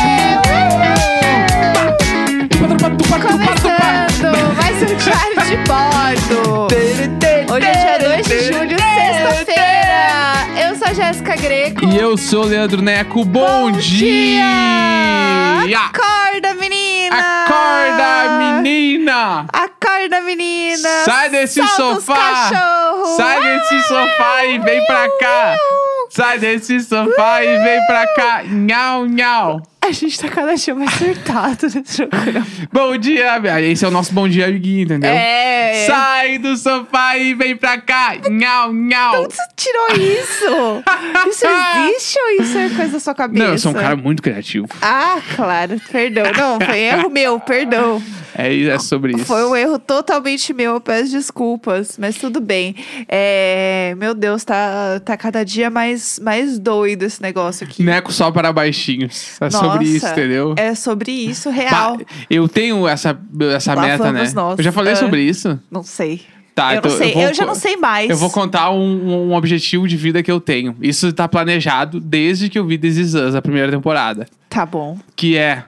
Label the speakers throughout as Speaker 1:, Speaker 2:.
Speaker 1: um episódio. Hoje é dia 2 de julho, sexta-feira. Eu sou a Jéssica Greco.
Speaker 2: E eu sou o Leandro Neco. Bom, dia!
Speaker 1: Acorda, menina!
Speaker 2: Acorda, menina!
Speaker 1: Acorda, menina!
Speaker 2: Sai desse
Speaker 1: Solta os
Speaker 2: sofá!
Speaker 1: cachorros.
Speaker 2: Sai desse sofá e vem pra cá! Sai desse sofá e vem pra cá! Nhau, nhau!
Speaker 1: A gente tá cada dia mais surtado nesse programa.
Speaker 2: Bom dia! Esse é o nosso bom dia, amiguinho, entendeu?
Speaker 1: É.
Speaker 2: Sai do sofá e vem pra cá! Nhau, nhau!
Speaker 1: Onde você tirou isso? Isso existe ou isso é coisa da sua cabeça?
Speaker 2: Não, eu sou um cara muito criativo.
Speaker 1: Ah, claro, perdão. Não, foi erro meu, perdão.
Speaker 2: É, é sobre isso.
Speaker 1: Foi um erro totalmente meu, eu peço desculpas, mas tudo bem. É, meu Deus, tá, tá cada dia mais, mais doido esse negócio aqui.
Speaker 2: Neco só para baixinhos. É sobre isso,
Speaker 1: Nossa,
Speaker 2: entendeu?
Speaker 1: É sobre isso, real.
Speaker 2: Pá, Eu tenho essa, essa
Speaker 1: Lá
Speaker 2: meta, né?
Speaker 1: vamos nós.
Speaker 2: Eu já falei
Speaker 1: É.
Speaker 2: sobre isso.
Speaker 1: Não sei.
Speaker 2: Tá,
Speaker 1: eu
Speaker 2: então
Speaker 1: não sei, eu,
Speaker 2: vou-
Speaker 1: já não sei mais.
Speaker 2: Eu vou contar um, um objetivo de vida que eu tenho. Isso tá planejado desde que eu vi This Is Us, a primeira temporada.
Speaker 1: Tá bom.
Speaker 2: Que é.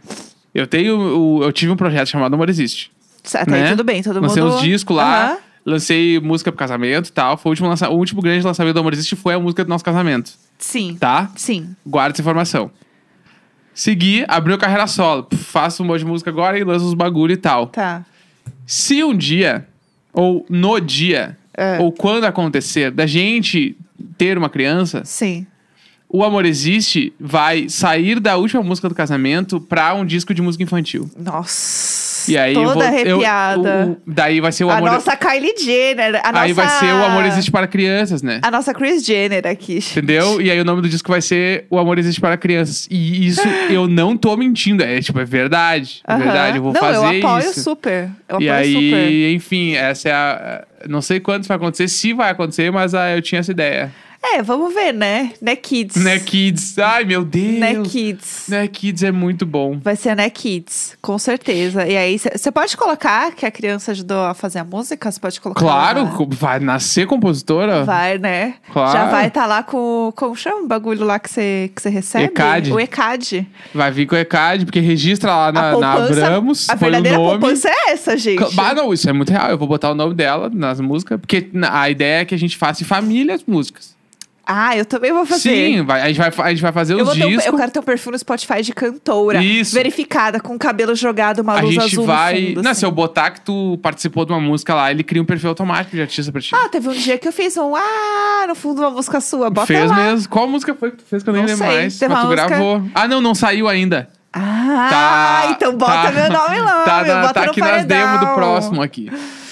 Speaker 2: Eu tenho. o- Eu tive um projeto chamado Amor Existe.
Speaker 1: Tá, tá aí,
Speaker 2: né?
Speaker 1: tudo bem, todo
Speaker 2: Lancei
Speaker 1: mundo...
Speaker 2: uns discos lá.
Speaker 1: Aham.
Speaker 2: Lancei música pro casamento e tal. Foi o último, lança... o último grande lançamento do Amor Existe foi a música do nosso casamento.
Speaker 1: Sim,
Speaker 2: Tá?
Speaker 1: sim.
Speaker 2: Guarda essa informação. Segui, abriu carreira solo. Pff, Faço um monte de música agora e lanço uns bagulho e tal.
Speaker 1: Tá.
Speaker 2: Se um dia, ou no dia,
Speaker 1: É.
Speaker 2: ou quando acontecer, da gente ter uma criança,
Speaker 1: Sim.
Speaker 2: o Amor Existe vai sair da última música do casamento pra um disco de música infantil.
Speaker 1: Nossa.
Speaker 2: E aí
Speaker 1: Toda
Speaker 2: eu vou, eu-
Speaker 1: arrepiada.
Speaker 2: o- o- daí vai ser o
Speaker 1: a
Speaker 2: Amor
Speaker 1: nossa Kylie Jenner. A
Speaker 2: Aí
Speaker 1: nossa...
Speaker 2: vai ser o Amor Existe para Crianças, né?
Speaker 1: A nossa Chris Jenner aqui.
Speaker 2: Entendeu? E aí o nome do disco vai ser O Amor Existe para Crianças. E isso eu não tô mentindo. É tipo, é verdade. É
Speaker 1: Aham.
Speaker 2: verdade. Eu vou
Speaker 1: não,
Speaker 2: fazer
Speaker 1: eu apoio
Speaker 2: isso.
Speaker 1: super. Eu apoio
Speaker 2: E
Speaker 1: Então tá super.
Speaker 2: aí, enfim, essa é a. Não sei quanto vai acontecer, se vai acontecer, mas ah, eu tinha essa ideia.
Speaker 1: É, vamos ver, né? Né Kids.
Speaker 2: Né, Kids? Ai, meu Deus!
Speaker 1: Né Kids.
Speaker 2: Né, Kids é muito bom.
Speaker 1: Vai ser a Né Kids, com certeza. E aí, você pode colocar que a criança ajudou a fazer a música? Você pode colocar.
Speaker 2: Claro,
Speaker 1: lá, né?
Speaker 2: co- vai nascer compositora?
Speaker 1: Vai, né?
Speaker 2: Claro.
Speaker 1: Já vai estar lá com, com chama o bagulho lá que você que você recebe?
Speaker 2: ECAD.
Speaker 1: O ECAD.
Speaker 2: Vai vir com o ECAD, porque registra lá
Speaker 1: a
Speaker 2: na, na
Speaker 1: poupança.
Speaker 2: Abramos.
Speaker 1: a
Speaker 2: põe o
Speaker 1: verdadeira
Speaker 2: nome.
Speaker 1: poupança é essa, gente.
Speaker 2: Ah, não, isso é muito real. Eu vou botar o nome dela nas músicas, porque na- a ideia é que a gente faça em família as músicas.
Speaker 1: Ah, eu também vou fazer.
Speaker 2: Sim, vai- a, gente vai, fa- a gente vai fazer
Speaker 1: Eu,
Speaker 2: os
Speaker 1: vou ter um-
Speaker 2: discos.
Speaker 1: eu quero ter um perfil no Spotify de cantora.
Speaker 2: Isso.
Speaker 1: Verificada, com o cabelo jogado, uma
Speaker 2: A
Speaker 1: luz
Speaker 2: gente
Speaker 1: azul no
Speaker 2: vai.
Speaker 1: fundo,
Speaker 2: não,
Speaker 1: assim.
Speaker 2: se eu botar que tu participou de uma música lá, ele cria um perfil automático de artista pra ti.
Speaker 1: Ah, teve um dia que eu fiz um ah no fundo de uma música sua. Bota
Speaker 2: fez
Speaker 1: lá.
Speaker 2: mesmo. Qual música foi que tu fez que eu nem
Speaker 1: Não
Speaker 2: lembro
Speaker 1: sei,
Speaker 2: mais?
Speaker 1: teve
Speaker 2: Mas tu
Speaker 1: uma música-
Speaker 2: gravou. Ah, não, não saiu ainda.
Speaker 1: Ah,
Speaker 2: Tá,
Speaker 1: então bota
Speaker 2: tá-
Speaker 1: meu nome lá.
Speaker 2: tá
Speaker 1: meu,
Speaker 2: na-
Speaker 1: bota
Speaker 2: tá
Speaker 1: no
Speaker 2: aqui nas
Speaker 1: paredão. Ah.
Speaker 2: demos do próximo aqui.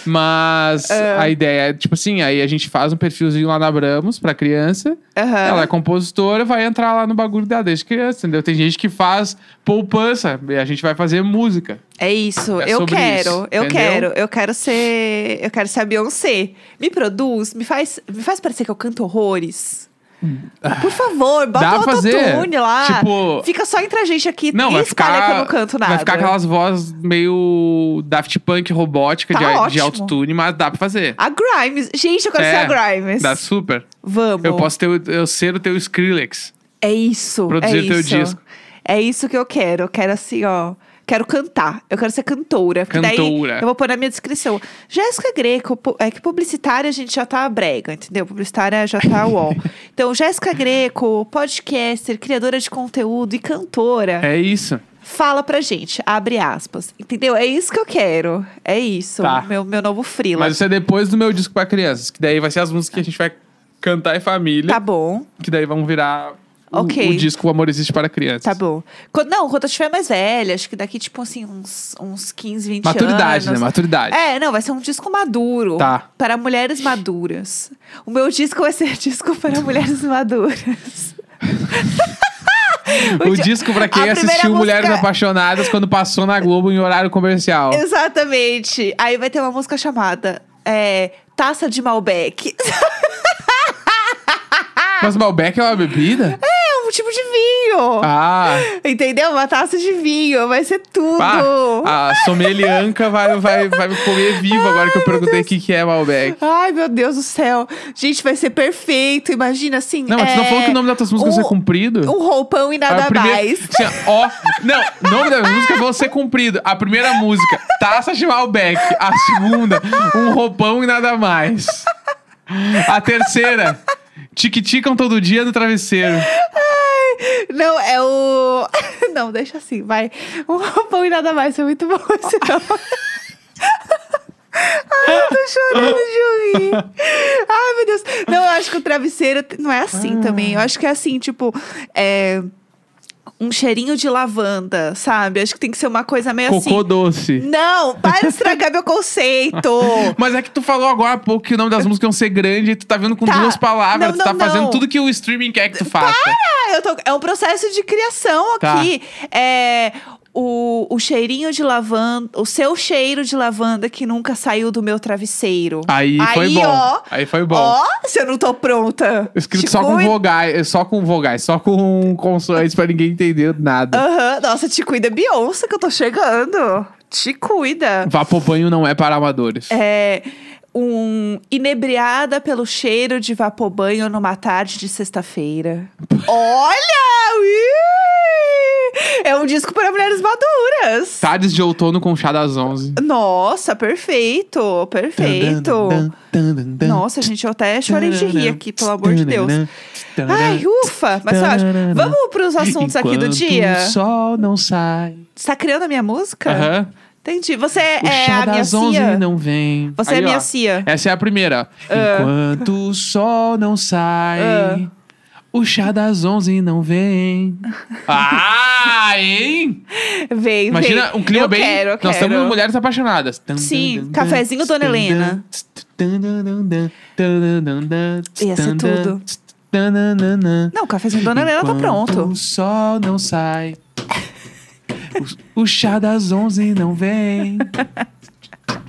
Speaker 2: Mas a ideia é, tipo assim, aí a gente faz um perfilzinho lá na Abramos pra criança.
Speaker 1: Aham.
Speaker 2: Ela é compositora, vai entrar lá no bagulho dela desde criança, entendeu? Tem gente que faz poupança, e a gente vai fazer música.
Speaker 1: É isso,
Speaker 2: É
Speaker 1: eu
Speaker 2: sobre
Speaker 1: quero,
Speaker 2: isso,
Speaker 1: eu
Speaker 2: entendeu?
Speaker 1: quero, eu quero ser, eu quero ser a Beyoncé. Me produz, me faz, me faz parecer que eu canto horrores. Por favor, bota
Speaker 2: Hum. Dá
Speaker 1: o
Speaker 2: pra fazer.
Speaker 1: autotune lá.
Speaker 2: Tipo-
Speaker 1: Fica só entre a gente aqui
Speaker 2: Não,
Speaker 1: e
Speaker 2: vai
Speaker 1: espalha
Speaker 2: ficar.
Speaker 1: que eu não canto nada.
Speaker 2: Vai ficar aquelas vozes meio Daft Punk robótica
Speaker 1: Tá
Speaker 2: de- de,
Speaker 1: ótimo.
Speaker 2: autotune, mas dá pra fazer.
Speaker 1: A Grimes. Gente, eu quero
Speaker 2: É,
Speaker 1: ser a Grimes.
Speaker 2: Dá super.
Speaker 1: Vamos.
Speaker 2: Eu posso ter, o- eu ser o teu Skrillex.
Speaker 1: É isso.
Speaker 2: produzir
Speaker 1: é
Speaker 2: teu
Speaker 1: isso.
Speaker 2: disco.
Speaker 1: É isso que eu quero. Eu quero assim, ó. Quero cantar. Eu quero ser cantora. porque
Speaker 2: Cantora.
Speaker 1: Daí eu vou pôr na minha descrição. Jéssica Greco, pu- é que publicitária a gente já tá brega, entendeu? Publicitária já tá UOL. então, Jéssica Greco, podcaster, criadora de conteúdo e cantora.
Speaker 2: É isso.
Speaker 1: Fala pra gente, abre aspas. Entendeu? É isso que eu quero. É isso.
Speaker 2: Tá.
Speaker 1: Meu, meu novo freela.
Speaker 2: Mas isso é depois do meu disco pra crianças, que daí vai ser as músicas que a gente vai cantar em família,
Speaker 1: Tá bom.
Speaker 2: que daí vão virar o,
Speaker 1: Ok.
Speaker 2: o disco O Amor Existe para Crianças.
Speaker 1: Tá bom. Quando, não, quando eu estiver mais velha, acho que daqui, tipo assim, uns, uns 15, 20
Speaker 2: Maturidade, né?
Speaker 1: anos.
Speaker 2: Maturidade.
Speaker 1: É, não, vai ser um disco maduro.
Speaker 2: Tá.
Speaker 1: Para mulheres maduras. O meu disco vai ser disco para mulheres maduras.
Speaker 2: O
Speaker 1: É, di-
Speaker 2: disco pra
Speaker 1: a
Speaker 2: quem
Speaker 1: primeira
Speaker 2: assistiu Mulheres
Speaker 1: música- é-
Speaker 2: Apaixonadas quando passou na Globo em horário comercial.
Speaker 1: Exatamente. Aí vai ter uma música chamada é, Taça de Malbec.
Speaker 2: Mas Malbec é uma bebida?
Speaker 1: É um tipo de vinho. vinho.
Speaker 2: Ah,
Speaker 1: Entendeu? Uma taça de vinho. Vai ser tudo.
Speaker 2: pá, Ah. a Somelianca vai, vai, vai me comer vivo agora que eu perguntei o que, que é Malbec.
Speaker 1: Ai, meu Deus do céu. Gente, vai ser perfeito. Imagina assim.
Speaker 2: Não, mas tu não
Speaker 1: é,
Speaker 2: falou que o nome das tuas músicas
Speaker 1: um-
Speaker 2: vai ser comprido?
Speaker 1: Um roupão e nada
Speaker 2: a primeira,
Speaker 1: mais.
Speaker 2: Assim, ó, ó, não, o nome da música vai ser comprido. A primeira música, Taça de Malbec. A segunda, Um Roupão e Nada Mais. A terceira, Tic-ticam todo dia no travesseiro.
Speaker 1: Não, é o. Não, deixa assim, vai. Um roupão e nada mais. Foi muito bom esse nome. Ai, eu tô chorando de rir. Ai, meu Deus. Não, eu acho que o travesseiro t- não é assim também. Eu acho que é assim, tipo. É... Um cheirinho de lavanda, sabe? Acho que tem que ser uma coisa meio
Speaker 2: Cocô
Speaker 1: assim.
Speaker 2: doce.
Speaker 1: Não, para de estragar meu conceito.
Speaker 2: Mas é que tu falou agora há pouco que o nome das músicas iam ser grande e tu tá vendo com
Speaker 1: Tá.
Speaker 2: duas
Speaker 1: Não,
Speaker 2: palavras. tu tá
Speaker 1: não,
Speaker 2: fazendo
Speaker 1: não.
Speaker 2: tudo que o streaming quer que tu faça.
Speaker 1: Ah, eu tô- é um processo de criação
Speaker 2: Tá.
Speaker 1: aqui. É, o, o cheirinho de lavanda, o seu cheiro de lavanda que nunca saiu do meu travesseiro.
Speaker 2: Aí, foi bom.
Speaker 1: Ó,
Speaker 2: Aí foi bom.
Speaker 1: ó, se eu não tô pronta.
Speaker 2: Escrito
Speaker 1: Te
Speaker 2: só com
Speaker 1: cuida-
Speaker 2: vogais, só com vogais, só com consoantes pra ninguém entender nada.
Speaker 1: Aham, nossa, te cuida Beyoncé que eu tô chegando. Te cuida.
Speaker 2: Vá pro banho não é para amadores.
Speaker 1: É. Um inebriada pelo cheiro de vapor banho numa tarde de sexta-feira. Olha! ui! É um disco para mulheres maduras.
Speaker 2: Tardes de outono com chá das 11.
Speaker 1: Nossa, perfeito, perfeito. Nossa, gente, eu até chorei de rir aqui, pelo amor de Deus. Ai, ufa! Mas eu acho. Vamos pros assuntos aqui do
Speaker 2: Enquanto
Speaker 1: dia.
Speaker 2: O sol não sai.
Speaker 1: Você tá criando a minha música?
Speaker 2: Aham.
Speaker 1: Entendi. Você
Speaker 2: O
Speaker 1: é
Speaker 2: chá
Speaker 1: a minha
Speaker 2: das 11
Speaker 1: cia?
Speaker 2: não vem.
Speaker 1: Você é
Speaker 2: Aí,
Speaker 1: minha
Speaker 2: ó,
Speaker 1: cia.
Speaker 2: Essa é a primeira. Enquanto o sol não sai.
Speaker 1: Ah.
Speaker 2: O chá das 11 não vem. Ah, hein?
Speaker 1: Vem,
Speaker 2: Imagina
Speaker 1: vem.
Speaker 2: um clima
Speaker 1: eu
Speaker 2: bem.
Speaker 1: Quero, eu
Speaker 2: Nós
Speaker 1: quero.
Speaker 2: estamos em mulheres apaixonadas.
Speaker 1: Sim, cafezinho Dona Helena. Ia ser tudo. Não, o cafezinho da Dona Helena tá
Speaker 2: Enquanto
Speaker 1: pronto.
Speaker 2: O sol não sai. O, o chá das 11 não vem.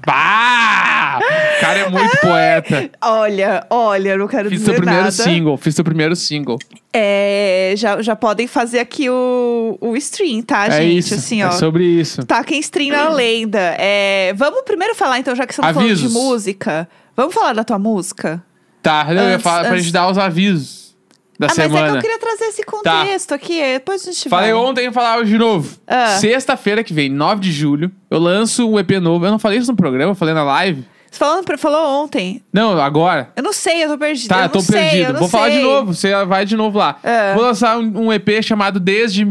Speaker 2: Pá! O cara é muito poeta.
Speaker 1: Olha, olha, eu não quero
Speaker 2: Fiz
Speaker 1: dizer
Speaker 2: teu primeiro
Speaker 1: nada.
Speaker 2: single, fiz teu primeiro single.
Speaker 1: É, já, já podem fazer aqui o, o stream, tá,
Speaker 2: é
Speaker 1: gente?
Speaker 2: isso.
Speaker 1: Assim,
Speaker 2: é
Speaker 1: ó.
Speaker 2: sobre isso.
Speaker 1: Tá, quem stream a lenda. É, vamos primeiro falar, então, já que estamos
Speaker 2: Avisos.
Speaker 1: falando de música. Vamos falar da tua música?
Speaker 2: Tá, eu ia
Speaker 1: Antes-
Speaker 2: falar pra
Speaker 1: antes-
Speaker 2: gente dar os avisos da
Speaker 1: ah, mas é que
Speaker 2: semana. Tá.
Speaker 1: eu queria trazer esse contexto aqui. é, Depois a gente
Speaker 2: Falei
Speaker 1: vai.
Speaker 2: ontem e falar hoje de novo.
Speaker 1: Ah.
Speaker 2: Sexta-feira que vem, 9 de julho, eu lanço um EP novo. Eu não falei isso no programa, eu falei na live.
Speaker 1: Você falou, falou ontem.
Speaker 2: Não, agora.
Speaker 1: Eu não sei, eu tô perdida.
Speaker 2: Tá,
Speaker 1: eu não
Speaker 2: tô
Speaker 1: sei,
Speaker 2: perdido.
Speaker 1: Eu não
Speaker 2: Vou falar de
Speaker 1: sei.
Speaker 2: novo, você vai de novo lá.
Speaker 1: É.
Speaker 2: Vou lançar um, um EP chamado Desde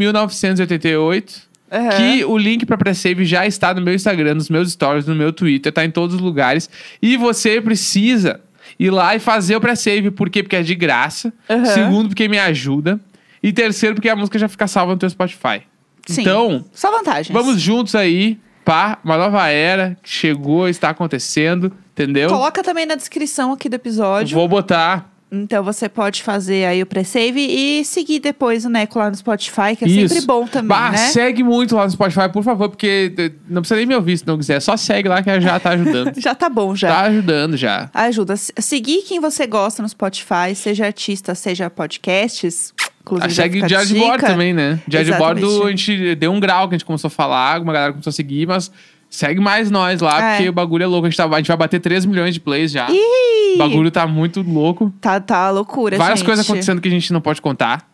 Speaker 2: 1988.
Speaker 1: Aham.
Speaker 2: Que o link pra pre-save já está no meu Instagram, nos meus stories, no meu Twitter, tá em todos os lugares. E você precisa ir lá e fazer o pre-save. Por quê? Porque é de graça.
Speaker 1: Aham.
Speaker 2: Segundo, porque me ajuda. E terceiro, porque a música já fica salva no teu Spotify.
Speaker 1: Sim.
Speaker 2: Então,
Speaker 1: Só vantagens.
Speaker 2: vamos juntos aí, pá, uma nova era que chegou, está acontecendo, entendeu?
Speaker 1: Coloca também na descrição aqui do episódio.
Speaker 2: Vou botar.
Speaker 1: Então você pode fazer aí o pre-save e seguir depois o Neco lá no Spotify, que é sempre bom também,
Speaker 2: Bah,
Speaker 1: né?
Speaker 2: segue muito lá no Spotify, por favor, porque eh, não precisa nem me ouvir se não quiser. Só segue lá que já tá ajudando.
Speaker 1: Já tá bom, já.
Speaker 2: tá ajudando já.
Speaker 1: Ajuda. Se- Seguir quem você gosta no Spotify, seja artista, seja podcasts. Inclusive,
Speaker 2: Ah,
Speaker 1: já
Speaker 2: segue
Speaker 1: fica
Speaker 2: o
Speaker 1: a
Speaker 2: Diário de Bordo
Speaker 1: dica.
Speaker 2: também, né? Diário de
Speaker 1: Exatamente.
Speaker 2: Bordo, a gente deu um grau que a gente começou a falar, uma galera começou a seguir, mas segue mais nós lá,
Speaker 1: É.
Speaker 2: porque o bagulho é louco. A gente, tá- a gente vai bater 3 milhões de plays já.
Speaker 1: Ih,
Speaker 2: O bagulho tá muito louco.
Speaker 1: Tá, tá loucura,
Speaker 2: Várias
Speaker 1: gente.
Speaker 2: coisas acontecendo que a gente não pode contar.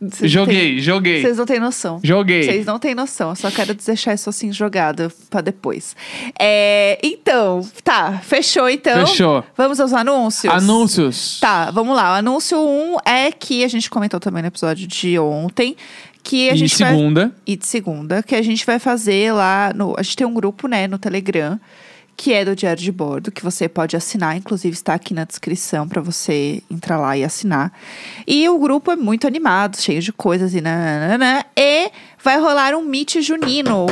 Speaker 1: Vocês
Speaker 2: joguei,
Speaker 1: têm-
Speaker 2: joguei,
Speaker 1: Vocês não têm noção.
Speaker 2: joguei.
Speaker 1: Vocês não têm noção. Eu só quero deixar isso assim jogado pra depois. É, então, tá. Fechou, então.
Speaker 2: Fechou.
Speaker 1: Vamos aos anúncios?
Speaker 2: Anúncios.
Speaker 1: Tá, vamos lá. O anúncio 1 um é que a gente comentou também no episódio de ontem que a
Speaker 2: E
Speaker 1: gente vai
Speaker 2: segunda.
Speaker 1: e de segunda, que a gente vai fazer lá no. A gente tem um grupo, né, no Telegram, que é do Diário de Bordo, que você pode assinar, inclusive está aqui na descrição para você entrar lá e assinar. E o grupo é muito animado, cheio de coisas e nananana. E vai rolar um meet junino.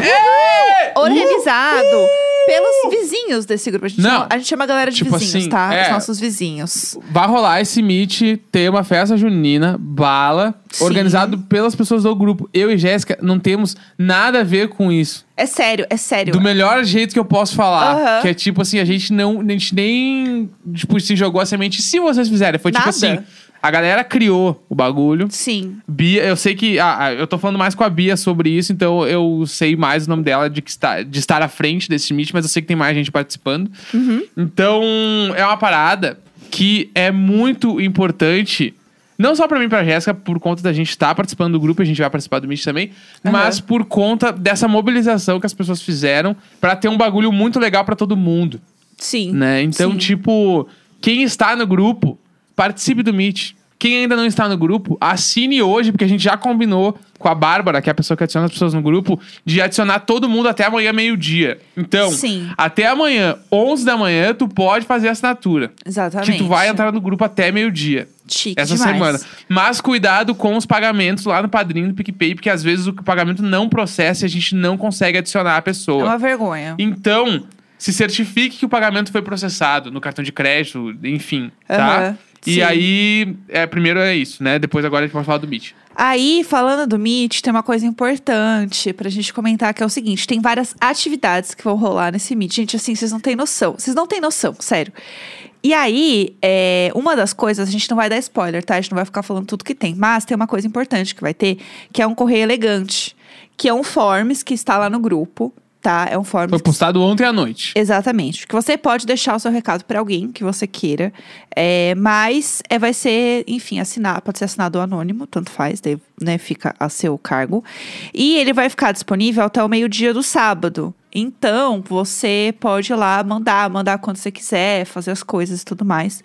Speaker 1: Uhul! Organizado pelos vizinhos desse grupo. A gente,
Speaker 2: Não.
Speaker 1: chama, a gente chama a galera de
Speaker 2: Tipo
Speaker 1: vizinhos,
Speaker 2: assim,
Speaker 1: tá?
Speaker 2: é.
Speaker 1: Os nossos vizinhos.
Speaker 2: Vai rolar esse meet, tem uma festa junina, bala,
Speaker 1: Sim.
Speaker 2: organizado pelas pessoas do grupo. Eu e Jéssica não temos nada a ver com isso.
Speaker 1: É sério, é sério.
Speaker 2: Do melhor jeito que eu posso falar.
Speaker 1: Aham.
Speaker 2: Que é tipo assim, a gente não. A gente nem. Tipo, se jogou a semente. Se vocês fizerem. Foi tipo
Speaker 1: Nada.
Speaker 2: assim. A galera criou o bagulho.
Speaker 1: Sim.
Speaker 2: Bia, eu sei que. ah, ah, eu tô falando mais com a Bia sobre isso, então eu sei mais o nome dela de, que está, de estar à frente desse meet, mas eu sei que tem mais gente participando. Então, é uma parada que é muito importante. Não só pra mim e pra Jéssica, por conta da gente estar participando do grupo, a gente vai participar do Meet também, mas por conta dessa mobilização que as pessoas fizeram pra ter um bagulho muito legal pra todo mundo,
Speaker 1: Sim.
Speaker 2: né? Então,
Speaker 1: Sim.
Speaker 2: tipo, quem está no grupo, participe do Meet. Quem ainda não está no grupo, assine hoje, porque a gente já combinou com a Bárbara, que é a pessoa que adiciona as pessoas no grupo, de adicionar todo mundo até amanhã meio-dia. Então,
Speaker 1: Sim.
Speaker 2: até amanhã, 11 da manhã, tu pode fazer a assinatura.
Speaker 1: Exatamente.
Speaker 2: Que tu vai entrar no grupo até meio-dia.
Speaker 1: Chique
Speaker 2: Essa
Speaker 1: demais.
Speaker 2: semana. Mas cuidado com os pagamentos lá no Padrinho do PicPay, porque às vezes o pagamento não processa e a gente não consegue adicionar a
Speaker 1: É
Speaker 2: pessoa.
Speaker 1: uma vergonha.
Speaker 2: Então, se certifique que o pagamento foi processado no cartão de crédito, enfim,
Speaker 1: Aham,
Speaker 2: tá?
Speaker 1: sim.
Speaker 2: E aí, é, primeiro é isso, né? Depois agora a gente pode falar do Meet.
Speaker 1: Aí, falando do Meet, tem uma coisa importante pra gente comentar, que é o seguinte: tem várias atividades que vão rolar nesse Meet. Gente, assim, vocês não têm noção. Vocês não têm noção, sério. E aí, é, uma das coisas, a gente não vai dar spoiler, tá? A gente não vai ficar falando tudo que tem. Mas tem uma coisa importante que vai ter, que é um correio elegante, que é um Forms que está lá no grupo, tá? É um Forms.
Speaker 2: Foi
Speaker 1: que
Speaker 2: postado ontem à noite.
Speaker 1: Exatamente. Que você pode deixar o seu recado para alguém que você queira. é, mas é, vai ser, enfim, assinar, pode ser assinado anônimo, tanto faz, daí, né, fica a seu cargo. E ele vai ficar disponível até o meio-dia do sábado. Então, você pode ir lá mandar, mandar quando você quiser, fazer as coisas e tudo mais.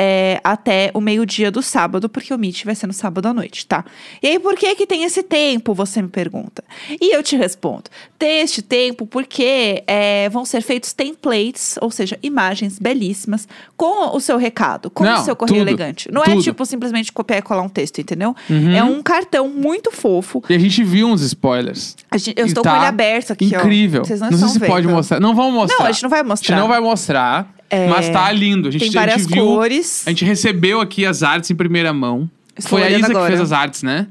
Speaker 1: é, até o meio-dia do sábado, porque o Meet vai ser no sábado à noite, tá? E aí, por que que tem esse tempo? Você me pergunta. E eu te respondo. Tem este tempo porque é, vão ser feitos templates, ou seja, imagens belíssimas, com o seu recado, com o
Speaker 2: Não,
Speaker 1: seu correio
Speaker 2: tudo,
Speaker 1: elegante. Não é
Speaker 2: tudo. Uhum.
Speaker 1: tipo simplesmente copiar e colar um texto, entendeu? É um cartão muito fofo.
Speaker 2: E a gente viu uns spoilers.
Speaker 1: A gente- eu
Speaker 2: E
Speaker 1: estou
Speaker 2: tá
Speaker 1: com ele aberto aqui, ó.
Speaker 2: Incrível.
Speaker 1: Vocês não,
Speaker 2: sei
Speaker 1: estão
Speaker 2: se
Speaker 1: vendo.
Speaker 2: pode mostrar. Não vamos mostrar.
Speaker 1: Não, a gente não vai mostrar. É,
Speaker 2: A gente não vai mostrar, mas tá lindo. A gente,
Speaker 1: Tem
Speaker 2: a gente
Speaker 1: várias
Speaker 2: viu-
Speaker 1: cores.
Speaker 2: A gente recebeu aqui as artes em primeira mão.
Speaker 1: Estou
Speaker 2: foi a
Speaker 1: olhando
Speaker 2: Isa
Speaker 1: agora.
Speaker 2: que fez as artes, né?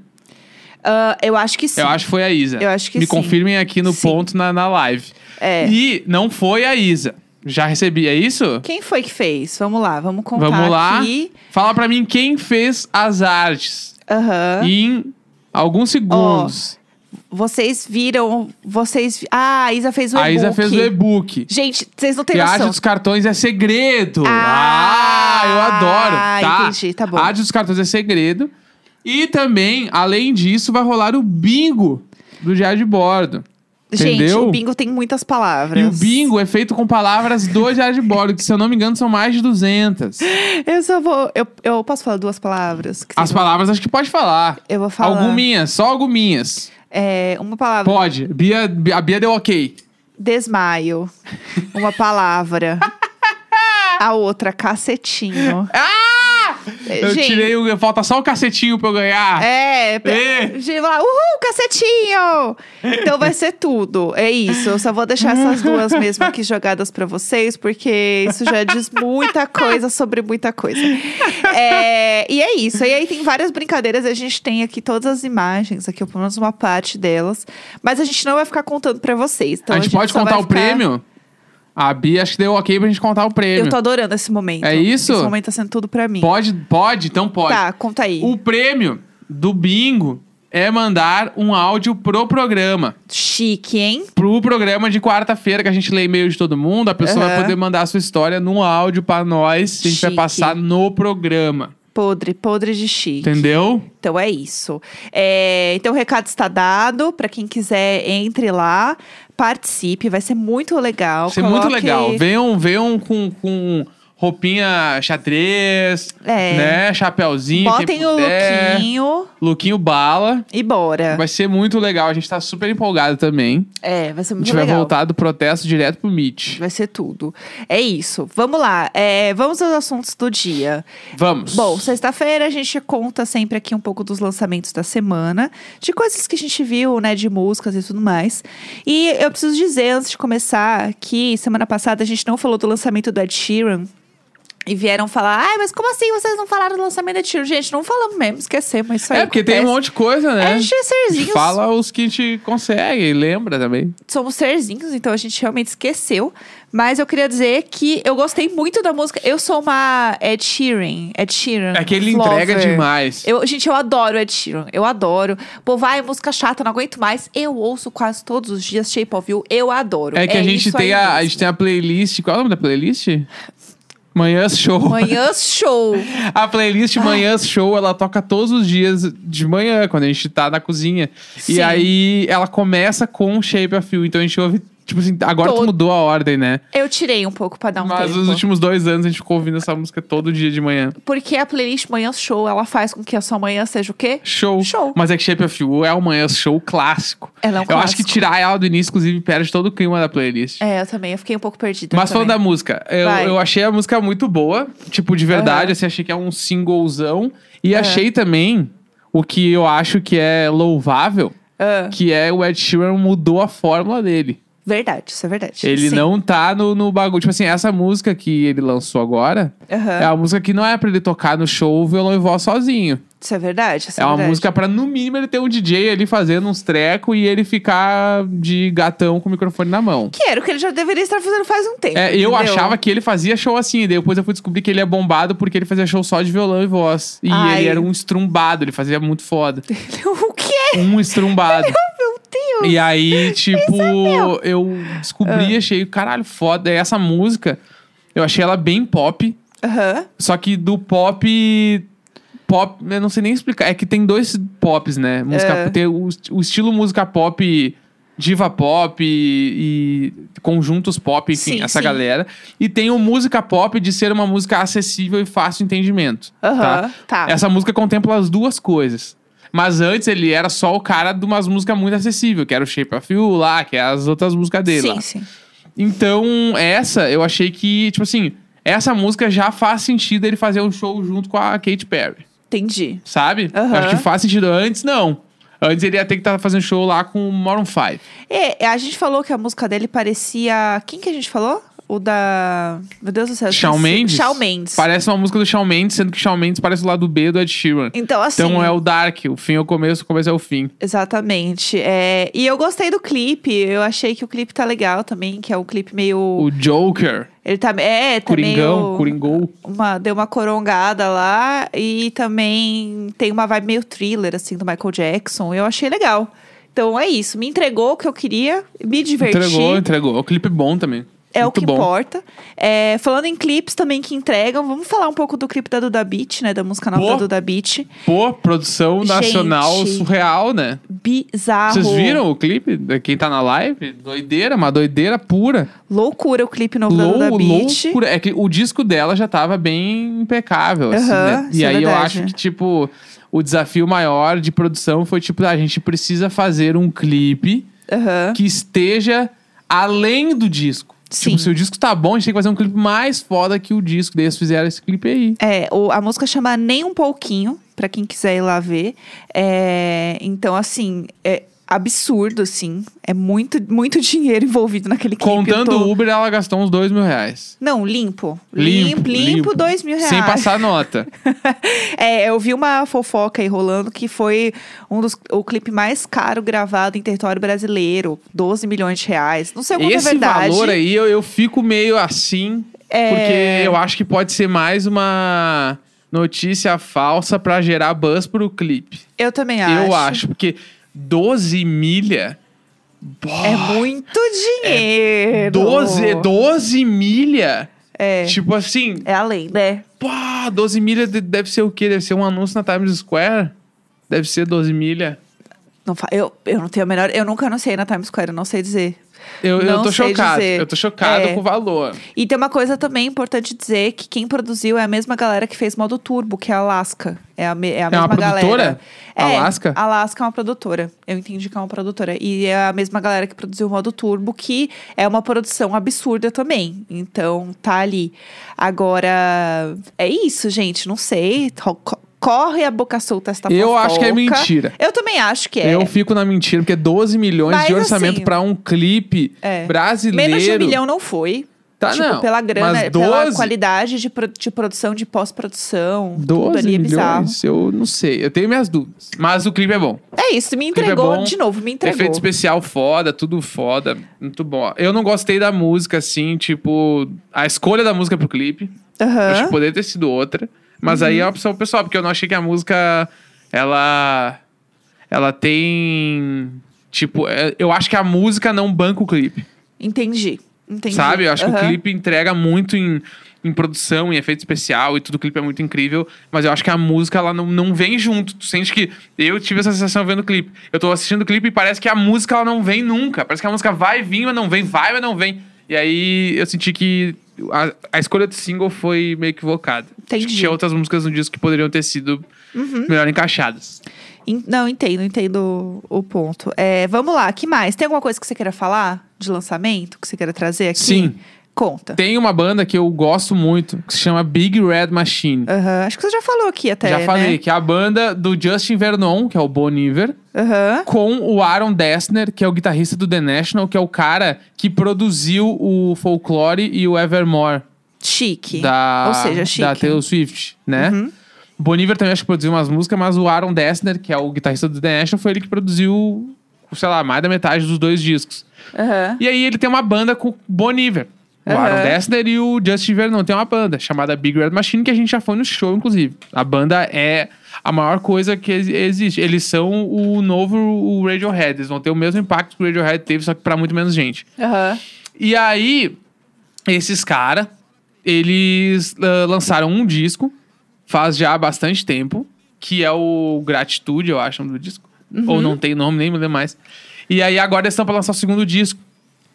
Speaker 1: Ah, eu acho que sim.
Speaker 2: Eu acho que foi a Isa.
Speaker 1: Eu acho que
Speaker 2: Me
Speaker 1: sim.
Speaker 2: confirmem aqui no
Speaker 1: Sim.
Speaker 2: ponto na, na live.
Speaker 1: É.
Speaker 2: E não foi a Isa. Já recebi, é isso?
Speaker 1: Quem foi que fez? Vamos lá, vamos contar
Speaker 2: Vamos lá.
Speaker 1: aqui.
Speaker 2: Fala pra mim quem fez as artes.
Speaker 1: Aham.
Speaker 2: Em alguns segundos.
Speaker 1: Vocês viram, vocês... vi- Ah, a Isa fez o
Speaker 2: a
Speaker 1: e-book.
Speaker 2: Isa fez o e-book.
Speaker 1: Gente, vocês não têm
Speaker 2: E a arte
Speaker 1: noção.
Speaker 2: dos cartões é segredo.
Speaker 1: Ah,
Speaker 2: Ah, eu adoro. Tá.
Speaker 1: entendi, tá bom.
Speaker 2: A arte dos cartões é segredo. E também, além disso, vai rolar o bingo do diário de bordo.
Speaker 1: Gente,
Speaker 2: entendeu?
Speaker 1: o bingo tem muitas palavras.
Speaker 2: E o bingo é feito com palavras do diário de bordo, que se eu não me engano são mais de 200.
Speaker 1: Eu só vou... Eu, eu posso falar duas palavras? Que
Speaker 2: As
Speaker 1: vocês vão-
Speaker 2: palavras acho que pode falar.
Speaker 1: Eu vou falar.
Speaker 2: Alguminhas, só alguminhas.
Speaker 1: É, uma palavra.
Speaker 2: Pode. Bia, a Bia deu ok.
Speaker 1: Desmaio. Uma palavra. A outra, cacetinho. Ah!
Speaker 2: Eu tirei o. Falta só o cacetinho pra eu ganhar.
Speaker 1: É,
Speaker 2: É.
Speaker 1: de lá, uhul, cacetinho! Então vai ser tudo. É isso. Eu só vou deixar essas duas mesmo aqui jogadas pra vocês, porque isso já diz muita coisa sobre muita coisa. É, e é isso. E aí tem várias brincadeiras. A gente tem aqui todas as imagens, aqui, ou pelo menos uma parte delas. Mas a gente não vai ficar contando pra vocês. Então
Speaker 2: a, gente pode
Speaker 1: só
Speaker 2: contar
Speaker 1: vai
Speaker 2: o
Speaker 1: ficar-
Speaker 2: prêmio? A Bia acho que deu ok pra gente contar o prêmio.
Speaker 1: Eu tô adorando esse momento.
Speaker 2: É isso?
Speaker 1: Esse momento tá sendo tudo pra mim.
Speaker 2: Pode? Pode? Então pode.
Speaker 1: Tá, conta aí.
Speaker 2: O prêmio do bingo é mandar um áudio pro programa.
Speaker 1: Chique, hein?
Speaker 2: Pro programa de quarta-feira que a gente lê e-mail de todo mundo, a pessoa
Speaker 1: Aham.
Speaker 2: vai poder mandar a sua história num áudio pra nós. A gente vai
Speaker 1: Chique.
Speaker 2: passar no programa.
Speaker 1: Podre, podre de chique.
Speaker 2: Entendeu?
Speaker 1: Então é isso. É, então o recado está dado. Pra quem quiser, entre lá, participe. Vai ser muito legal.
Speaker 2: Vai ser
Speaker 1: Coloque-
Speaker 2: é muito legal. Venham, venham com, com roupinha xadrez,
Speaker 1: É.
Speaker 2: né? Chapeuzinho. quem
Speaker 1: Botem o
Speaker 2: puder.
Speaker 1: lookinho É.
Speaker 2: Lookinho bala.
Speaker 1: e bora.
Speaker 2: Vai ser muito legal. A gente tá super empolgado também.
Speaker 1: É, vai ser
Speaker 2: A
Speaker 1: muito
Speaker 2: gente vai
Speaker 1: legal.
Speaker 2: voltar do protesto direto pro Meet.
Speaker 1: Vai ser tudo. É isso. Vamos lá. É, vamos aos assuntos do dia.
Speaker 2: Vamos.
Speaker 1: Bom, sexta-feira a gente conta sempre aqui um pouco dos lançamentos da semana, de coisas que a gente viu, né, de músicas e tudo mais. E eu preciso dizer, antes de começar, que semana passada a gente não falou do lançamento do Ed Sheeran. E vieram falar, ai, mas como assim vocês não falaram do lançamento da Tiro? Gente, não falamos mesmo, esquecemos isso aí.
Speaker 2: É, porque tem um
Speaker 1: acontece.
Speaker 2: monte de coisa, né?
Speaker 1: A gente é
Speaker 2: A gente
Speaker 1: serzinhos.
Speaker 2: fala os que a gente consegue, lembra também.
Speaker 1: Somos serzinhos, então a gente realmente esqueceu. Mas eu queria dizer que eu gostei muito da música. Eu sou uma Ed Sheeran. Ed Sheeran.
Speaker 2: É que ele
Speaker 1: lover.
Speaker 2: entrega demais.
Speaker 1: Eu, gente, eu adoro Ed Sheeran. Eu adoro. Pô, vai, é música chata, não aguento mais. Eu ouço quase todos os dias Shape of You. Eu adoro.
Speaker 2: É que a gente
Speaker 1: isso aí
Speaker 2: tem a, a
Speaker 1: mesmo.
Speaker 2: gente tem a playlist. Qual é o nome da playlist? Manhãs Show.
Speaker 1: Manhãs show.
Speaker 2: A playlist Manhãs Show, ela toca todos os dias de manhã, quando a gente tá na cozinha.
Speaker 1: Sim.
Speaker 2: E aí ela começa com Shape of You. Então a gente ouve, tipo assim, agora
Speaker 1: Todo.
Speaker 2: tu mudou a ordem, né?
Speaker 1: Eu tirei um pouco pra dar um
Speaker 2: Mas
Speaker 1: tempo.
Speaker 2: nos últimos dois anos a gente ficou ouvindo essa música todo dia de manhã.
Speaker 1: Porque a playlist Manhãs Show, ela faz com que a sua manhã seja o quê?
Speaker 2: Show.
Speaker 1: Show.
Speaker 2: Mas é que Shape of You é o Manhãs Show clássico.
Speaker 1: Ela é um
Speaker 2: Eu acho que
Speaker 1: clássico.
Speaker 2: tirar ela do início, inclusive, perde todo o clima da playlist.
Speaker 1: É, eu também. Eu fiquei um pouco perdida.
Speaker 2: Mas
Speaker 1: também.
Speaker 2: falando da música, eu,
Speaker 1: Vai.
Speaker 2: eu achei a música muito boa, tipo, de verdade,
Speaker 1: Aham.
Speaker 2: assim, achei que é um singlezão. E
Speaker 1: Aham.
Speaker 2: achei também o que eu acho que é louvável,
Speaker 1: Ah,
Speaker 2: que é o Ed Sheeran mudou a fórmula dele.
Speaker 1: verdade, isso é verdade.
Speaker 2: Ele
Speaker 1: Sim.
Speaker 2: não tá no, no bagulho. Tipo assim, essa música que ele lançou agora
Speaker 1: Aham,
Speaker 2: é uma música que não é pra ele tocar no show violão e voz sozinho.
Speaker 1: Isso é verdade. Isso
Speaker 2: É uma
Speaker 1: verdade.
Speaker 2: música pra, no mínimo, ele ter um DJ ali fazendo uns trecos e ele ficar de gatão com o microfone na mão.
Speaker 1: Que era o que ele já deveria estar fazendo faz um tempo.
Speaker 2: É, eu
Speaker 1: entendeu?
Speaker 2: achava que ele fazia show assim, e daí depois eu fui descobrir que ele é bombado porque ele fazia show só de violão e voz. E
Speaker 1: Ai.
Speaker 2: ele era um estrumbado, ele fazia muito foda.
Speaker 1: o quê?
Speaker 2: Um estrumbado.
Speaker 1: Meu Deus!
Speaker 2: e aí, tipo,
Speaker 1: é
Speaker 2: eu descobri,
Speaker 1: Ah.
Speaker 2: achei, caralho, foda. E essa música, eu achei ela bem pop,
Speaker 1: Aham.
Speaker 2: só que do pop. Pop, eu não sei nem explicar. É que tem dois pops, né? Música,
Speaker 1: É.
Speaker 2: Tem o, o estilo música pop, diva pop e, e conjuntos pop, enfim,
Speaker 1: Sim,
Speaker 2: essa
Speaker 1: sim.
Speaker 2: galera. E tem o música pop de ser uma música acessível e fácil de entendimento.
Speaker 1: Aham.
Speaker 2: tá?
Speaker 1: Tá.
Speaker 2: Essa música contempla as duas coisas. Mas antes ele era só o cara de umas músicas muito acessíveis, que era o Shape of You lá, que é as outras músicas dele lá.
Speaker 1: Sim, sim.
Speaker 2: Então, essa, eu achei que, tipo assim, essa música já faz sentido ele fazer um show junto com a Katy Perry,
Speaker 1: Entendi.
Speaker 2: sabe?
Speaker 1: Aham.
Speaker 2: Eu acho que faz sentido. Antes, não. Antes ele ia ter que estar fazendo show lá com o Moron 5.
Speaker 1: É, a gente falou que a música dele parecia. Quem que a gente falou? O da. Meu Deus do céu. eu
Speaker 2: Shawn
Speaker 1: esqueci.
Speaker 2: Mendes?
Speaker 1: Shawn Mendes.
Speaker 2: Parece uma música do Shawn Mendes, sendo que Shawn Mendes parece o lado B do Ed Sheeran.
Speaker 1: Então, assim.
Speaker 2: Então é o Dark, o fim é o começo, o começo é o fim.
Speaker 1: Exatamente. É, e eu gostei do clipe. Eu achei que o clipe tá legal também, que é um clipe meio.
Speaker 2: O Joker,
Speaker 1: Ele tá. É, tá
Speaker 2: Coringão,
Speaker 1: meio.
Speaker 2: Coringou.
Speaker 1: uma, deu uma corongada lá e também tem uma vibe meio thriller, assim, do Michael Jackson. Eu achei legal. Então é isso, me entregou o que eu queria, me diverti.
Speaker 2: Entregou, entregou. O clipe bom também.
Speaker 1: É
Speaker 2: Muito
Speaker 1: o que
Speaker 2: bom.
Speaker 1: importa. É, falando em clipes também que entregam, vamos falar um pouco do clipe da Duda Beat, né? Da música nova
Speaker 2: Pô.
Speaker 1: da Duda Beat.
Speaker 2: Pô, produção
Speaker 1: Gente.
Speaker 2: nacional surreal, né?
Speaker 1: Bizarro.
Speaker 2: Vocês viram o clipe? de Quem tá na live? Doideira, uma doideira pura.
Speaker 1: Loucura o clipe novo
Speaker 2: Lou,
Speaker 1: da Duda Beat.
Speaker 2: loucura. É que o disco dela já tava bem impecável. assim,
Speaker 1: Aham,
Speaker 2: né?
Speaker 1: isso
Speaker 2: E
Speaker 1: é
Speaker 2: aí eu
Speaker 1: verdade.
Speaker 2: acho que, tipo, o desafio maior de produção foi, tipo, a gente precisa fazer um clipe
Speaker 1: Aham.
Speaker 2: que esteja além do disco.
Speaker 1: Sim.
Speaker 2: Tipo, se o disco tá bom, a gente tem que fazer um clipe mais foda que o disco. Daí eles fizeram esse clipe aí.
Speaker 1: É, o- a música chama Nem Um Pouquinho, pra quem quiser ir lá ver. É, então, assim, é absurdo, assim. É muito, muito dinheiro envolvido naquele clipe. Eu
Speaker 2: Contando
Speaker 1: tô-
Speaker 2: o Uber, ela gastou uns dois mil reais.
Speaker 1: Não, limpo.
Speaker 2: Limpo,
Speaker 1: limpo,
Speaker 2: limpo.
Speaker 1: dois mil reais.
Speaker 2: Sem passar nota.
Speaker 1: É, eu vi uma fofoca aí rolando que foi um dos o clipe mais caro gravado em território brasileiro, 12 milhões de reais. Não sei o quanto
Speaker 2: Esse
Speaker 1: é verdade.
Speaker 2: valor aí, eu, eu fico meio assim,
Speaker 1: É.
Speaker 2: porque eu acho que pode ser mais uma notícia falsa pra gerar buzz pro clipe.
Speaker 1: eu também
Speaker 2: Eu acho, porque 12 milha.
Speaker 1: É muito
Speaker 2: É
Speaker 1: dinheiro.
Speaker 2: 12, 12 milha?
Speaker 1: É.
Speaker 2: Tipo assim,
Speaker 1: É além, né?
Speaker 2: pá, 12 milha de- deve ser o quê? Deve ser um anúncio na Times Square? Deve ser 12 milha.
Speaker 1: Não fa... eu, eu não tenho a menor. Eu nunca anunciei na Times Square, eu não sei dizer.
Speaker 2: Eu, eu
Speaker 1: Não
Speaker 2: tô
Speaker 1: sei
Speaker 2: chocado.
Speaker 1: dizer.
Speaker 2: Eu tô chocado
Speaker 1: É.
Speaker 2: com o valor.
Speaker 1: E tem uma coisa também importante dizer: que quem produziu é a mesma galera que fez Modo Turbo, que é a Alaska. É a, me- é a
Speaker 2: uma
Speaker 1: mesma galera.
Speaker 2: produtora?
Speaker 1: É,
Speaker 2: Alaska?
Speaker 1: Alaska é uma produtora. Eu entendi que é uma produtora. E é a mesma galera que produziu Modo Turbo, que é uma produção absurda também. Então, tá ali. Agora, é isso, gente. Não sei. Co- co- Corre a boca solta esta
Speaker 2: Eu
Speaker 1: tá fofoca.
Speaker 2: acho que é mentira.
Speaker 1: Eu também acho que é.
Speaker 2: Eu fico na mentira, porque 12 milhões
Speaker 1: Mas,
Speaker 2: de orçamento
Speaker 1: assim,
Speaker 2: pra um clipe
Speaker 1: é.
Speaker 2: brasileiro.
Speaker 1: Menos de um milhão não foi.
Speaker 2: Tá,
Speaker 1: tipo,
Speaker 2: não.
Speaker 1: pela grana,
Speaker 2: mas
Speaker 1: pela
Speaker 2: 12
Speaker 1: qualidade de, pro- de produção, de pós-produção. Tudo
Speaker 2: 12
Speaker 1: ali é bizarro.
Speaker 2: milhões, eu não sei. Eu tenho minhas dúvidas. Mas o clipe é bom.
Speaker 1: É isso, me
Speaker 2: clipe é
Speaker 1: entregou
Speaker 2: bom,
Speaker 1: de novo, me entregou.
Speaker 2: Efeito especial foda, tudo foda. Muito bom. Eu não gostei da música, assim, tipo... A escolha da música pro clipe. Eu Acho
Speaker 1: Aham.
Speaker 2: que poderia ter sido outra. Mas aí é uma opção pessoal, porque eu não achei que a música, ela... Ela tem... Tipo, é- eu acho que a música não banca o clipe,
Speaker 1: Entendi. Entendi.
Speaker 2: sabe? Eu acho que o
Speaker 1: Aham.
Speaker 2: clipe entrega muito em, em produção, em efeito especial e tudo. O clipe é muito incrível, mas eu acho que a música, ela não, não vem junto. Tu sente que... Eu tive essa sensação vendo o clipe. Eu tô assistindo o clipe e parece que a música, ela não vem nunca. Parece que a música vai vir, mas não vem. Vai, mas não vem. E aí, eu senti que a, a escolha do single foi meio equivocada.
Speaker 1: Entendi. Uhum.
Speaker 2: Acho que tinha outras músicas no disco que poderiam ter sido melhor encaixadas.
Speaker 1: En- Não, entendo, entendo o ponto. É, vamos lá, que mais? Tem alguma coisa que você queira falar de lançamento que você queira trazer aqui?
Speaker 2: Sim.
Speaker 1: Conta.
Speaker 2: Tem uma banda que eu gosto muito, que se chama Big Red Machine.
Speaker 1: Aham, Acho que você já falou aqui até.
Speaker 2: Já
Speaker 1: né?
Speaker 2: falei, que é a banda do Justin Vernon, que é o Bon Iver,
Speaker 1: né? Aham.
Speaker 2: com o Aaron Dessner, que é o guitarrista do The National, que é o cara que produziu o Folklore e o Evermore
Speaker 1: Chique.
Speaker 2: da,
Speaker 1: Ou seja, chique. Uhum.
Speaker 2: da Taylor Swift, né? Bon Iver também acho que produziu umas músicas, mas o Aaron Dessner, que é o guitarrista do The National, foi ele que produziu, sei lá, mais da metade dos dois discos.
Speaker 1: Aham.
Speaker 2: E aí ele tem uma banda com o Bon Iver. O
Speaker 1: Aham.
Speaker 2: Aaron Dessner e o Justin Vernon tem uma banda chamada Big Red Machine, que a gente já foi no show, inclusive. A banda é a maior coisa que ex- existe. Eles são o novo o Radiohead. Eles vão ter o mesmo impacto que o Radiohead teve, só que pra muito menos gente.
Speaker 1: Aham.
Speaker 2: E aí, esses caras, eles ah, lançaram um disco, faz já bastante tempo, que é o Gratitude, eu acho, o nome do disco. Ou não tem nome, nem me lembro mais. E aí, agora eles estão pra lançar o segundo disco.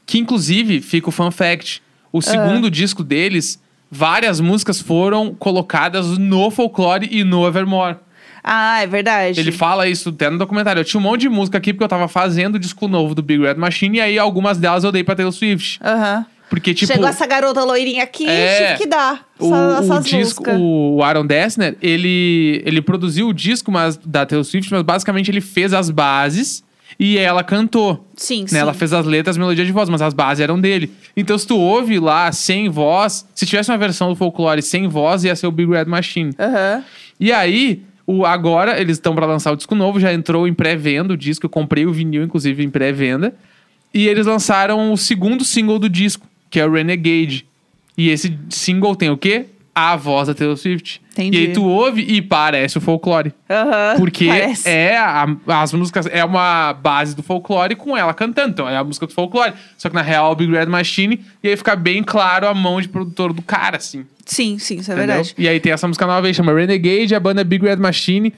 Speaker 2: Que, inclusive, fica o fun fact. O segundo disco deles, várias músicas foram colocadas no folclore e no Evermore.
Speaker 1: Ah, é verdade.
Speaker 2: Ele fala isso até no documentário. Eu tinha um monte de música aqui porque eu tava fazendo o disco novo do Big Red Machine e aí algumas delas eu dei pra Taylor Swift.
Speaker 1: Aham.
Speaker 2: Porque, tipo,
Speaker 1: Chegou essa garota loirinha aqui,
Speaker 2: É.
Speaker 1: tive que dar.
Speaker 2: o,
Speaker 1: essa-
Speaker 2: o
Speaker 1: essas
Speaker 2: disco,
Speaker 1: músicas.
Speaker 2: o Aaron Dessner, ele, ele produziu o disco mas, da Taylor Swift, mas basicamente ele fez as bases e ela cantou.
Speaker 1: Sim, sim.
Speaker 2: Né? Ela fez as letras, melodia de voz, mas as bases eram dele. Então, se tu ouve lá sem voz, se tivesse uma versão do folclore sem voz, ia ser o Big Red Machine.
Speaker 1: Aham.
Speaker 2: E aí, o, agora eles estão pra lançar o disco novo, já entrou em pré-venda o disco, eu comprei o vinil, inclusive, em pré-venda. E eles lançaram o segundo single do disco, que é o Renegade. E esse single tem o quê? A voz da Taylor Swift.
Speaker 1: Entendi.
Speaker 2: E aí tu ouve e parece o folclore.
Speaker 1: Aham.
Speaker 2: Porque
Speaker 1: Parece.
Speaker 2: é a- as músicas, é uma base do folclore com ela cantando. Então é a música do folclore. Só que na real é o Big Red Machine, e aí fica bem claro a mão de produtor do cara, assim.
Speaker 1: Sim, sim, isso é
Speaker 2: Entendeu?
Speaker 1: verdade.
Speaker 2: E aí tem essa música nova aí, chama Renegade, a banda Big Red Machine.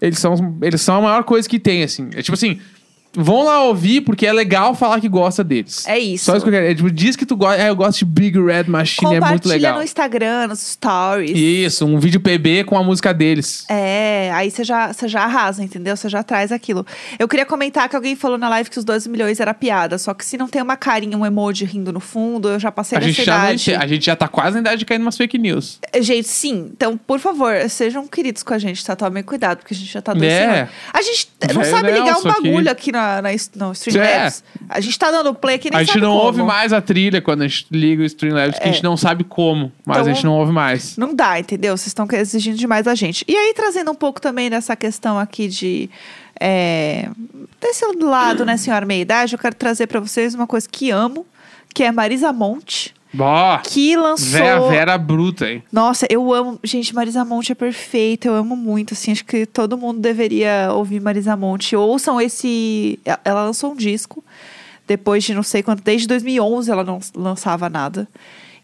Speaker 2: Eles são, eles são a maior coisa que tem, assim. É tipo assim, vão lá ouvir porque é legal falar que gosta deles.
Speaker 1: É isso.
Speaker 2: Só isso que eu quero. É, tipo, diz que tu gosta. É, eu gosto de Big Red Machine, é
Speaker 1: Compartilha
Speaker 2: muito legal.
Speaker 1: no Instagram, nos stories.
Speaker 2: Isso, um vídeo PB com a música deles.
Speaker 1: É, aí você já, você já arrasa, entendeu? Você já traz aquilo. Eu queria comentar que alguém falou na live que os 12 milhões era piada. Só que se não tem uma carinha, um emoji rindo no fundo, eu já passei
Speaker 2: A gente,
Speaker 1: dessa
Speaker 2: já não
Speaker 1: idade.
Speaker 2: ente- a gente já tá quase na idade de cair numas fake news.
Speaker 1: É, Gente, sim. Então, por favor, sejam queridos com a gente, tá? Tomem cuidado, porque a gente já tá doido.
Speaker 2: É.
Speaker 1: A gente t- não
Speaker 2: Velho
Speaker 1: sabe ligar um
Speaker 2: Nelson aqui.
Speaker 1: bagulho aqui, na, na, es- no Stream
Speaker 2: É.
Speaker 1: Labs. A gente tá dando play que nem
Speaker 2: a gente
Speaker 1: sabe
Speaker 2: não
Speaker 1: como. É.
Speaker 2: ouve mais a trilha quando a gente liga o Streamlabs, porque a gente não sabe como, mas
Speaker 1: Então-
Speaker 2: a gente não ouve mais.
Speaker 1: Não dá, entendeu? Vocês estão exigindo demais da gente. E aí, trazendo um pouco também dessa questão aqui de. é, desse lado, né, senhora meia-idade, eu quero trazer pra vocês uma coisa que amo, que é Marisa Monte,
Speaker 2: Bó!
Speaker 1: que lançou.
Speaker 2: Vera, Vera bruta, hein?
Speaker 1: Nossa, eu amo. Gente, Marisa Monte é perfeita, eu amo muito. Assim, acho que todo mundo deveria ouvir Marisa Monte. Ouçam esse. e- Ela lançou um disco. Depois de não sei quanto. Desde 2011 ela não lançava nada.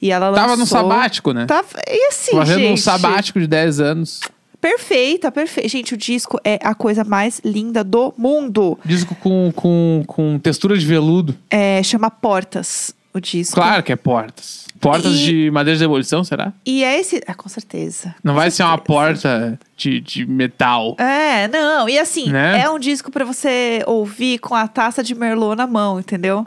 Speaker 1: E ela lançou.
Speaker 2: Tava no sabático, né?
Speaker 1: Tava... E assim,
Speaker 2: fazendo
Speaker 1: gente.
Speaker 2: um sabático de 10 anos.
Speaker 1: Perfeita, perfeita. Gente, o disco é a coisa mais linda do mundo.
Speaker 2: Disco com, com, com textura de veludo.
Speaker 1: É, chama Portas, o disco.
Speaker 2: Claro que é portas. Portas
Speaker 1: E-
Speaker 2: de madeira de demolição, será?
Speaker 1: E é esse. Ah, com certeza.
Speaker 2: Não
Speaker 1: Com
Speaker 2: vai ser uma
Speaker 1: certeza.
Speaker 2: porta de, de metal.
Speaker 1: É, não, e assim,
Speaker 2: Né?
Speaker 1: é um disco pra você ouvir com a taça de Merlot na mão, entendeu?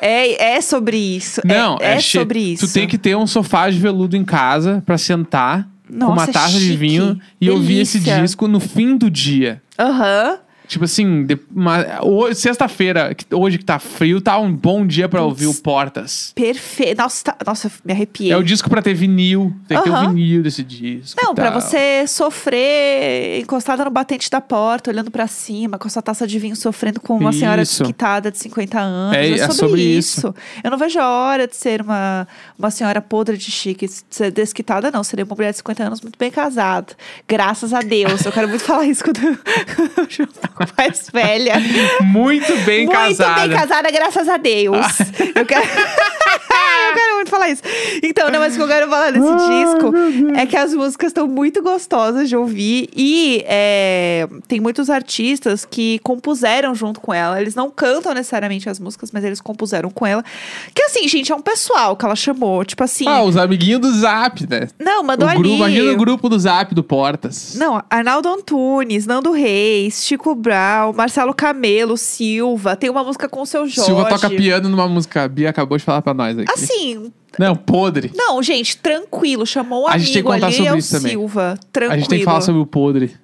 Speaker 1: é, é sobre isso. é-
Speaker 2: Não,
Speaker 1: é,
Speaker 2: é, che-
Speaker 1: sobre isso.
Speaker 2: Tu tem que ter um sofá de veludo em casa pra sentar
Speaker 1: Nossa,
Speaker 2: com uma taça de
Speaker 1: chique.
Speaker 2: vinho e ouvir esse
Speaker 1: Delícia.
Speaker 2: disco no fim do dia.
Speaker 1: Aham.
Speaker 2: Tipo assim, de- uma- ho- sexta-feira, que- hoje que tá frio, tá um bom dia pra ouvir o Portas.
Speaker 1: Perfeito. Nossa, tá- nossa, me arrepiei.
Speaker 2: É o disco pra ter vinil. Tem que ter o
Speaker 1: Aham.
Speaker 2: vinil desse disco.
Speaker 1: Não,
Speaker 2: e
Speaker 1: pra
Speaker 2: tal.
Speaker 1: você sofrer encostada no batente da porta, olhando pra cima, com a sua taça de vinho, sofrendo com uma senhora
Speaker 2: Isso.
Speaker 1: desquitada de 50 anos.
Speaker 2: É-
Speaker 1: É,
Speaker 2: é
Speaker 1: sobre,
Speaker 2: sobre
Speaker 1: isso. Eu não vejo a hora de ser uma, uma senhora podre de chique, de ser desquitada, não. Seria uma mulher de 50 anos muito bem casada. Graças a Deus. Eu quero muito falar isso quando eu já fico mais velha.
Speaker 2: Muito bem
Speaker 1: muito
Speaker 2: casada. Ah.
Speaker 1: bem casada, graças a Deus. Eu quero. Eu quero muito falar isso. Então, não, mas o que eu quero falar desse
Speaker 2: Ah,
Speaker 1: disco é que as músicas estão muito gostosas de ouvir. E é, tem muitos artistas que compuseram junto com ela. Eles não cantam necessariamente as músicas, mas eles compuseram com ela. Que assim, gente, é um pessoal que ela chamou. Tipo assim.
Speaker 2: Ah, os amiguinhos do Zap, né?
Speaker 1: não,
Speaker 2: O
Speaker 1: mandou
Speaker 2: grupo,
Speaker 1: ali.
Speaker 2: imagina o grupo do Zap do Portas.
Speaker 1: Não, Arnaldo Antunes, Nando Reis, Chico Brown, Marcelo Camelo, Silva. Tem uma música com o seu Jorge.
Speaker 2: Silva toca piano numa música. A Bia acabou de falar pra nós aqui.
Speaker 1: Assim,
Speaker 2: Não, podre.
Speaker 1: não, gente, tranquilo. Chamou um
Speaker 2: A
Speaker 1: amigo
Speaker 2: gente tem que contar
Speaker 1: ali,
Speaker 2: sobre
Speaker 1: é o
Speaker 2: isso também.
Speaker 1: Silva. Tranquilo.
Speaker 2: A gente tem que falar sobre o podre.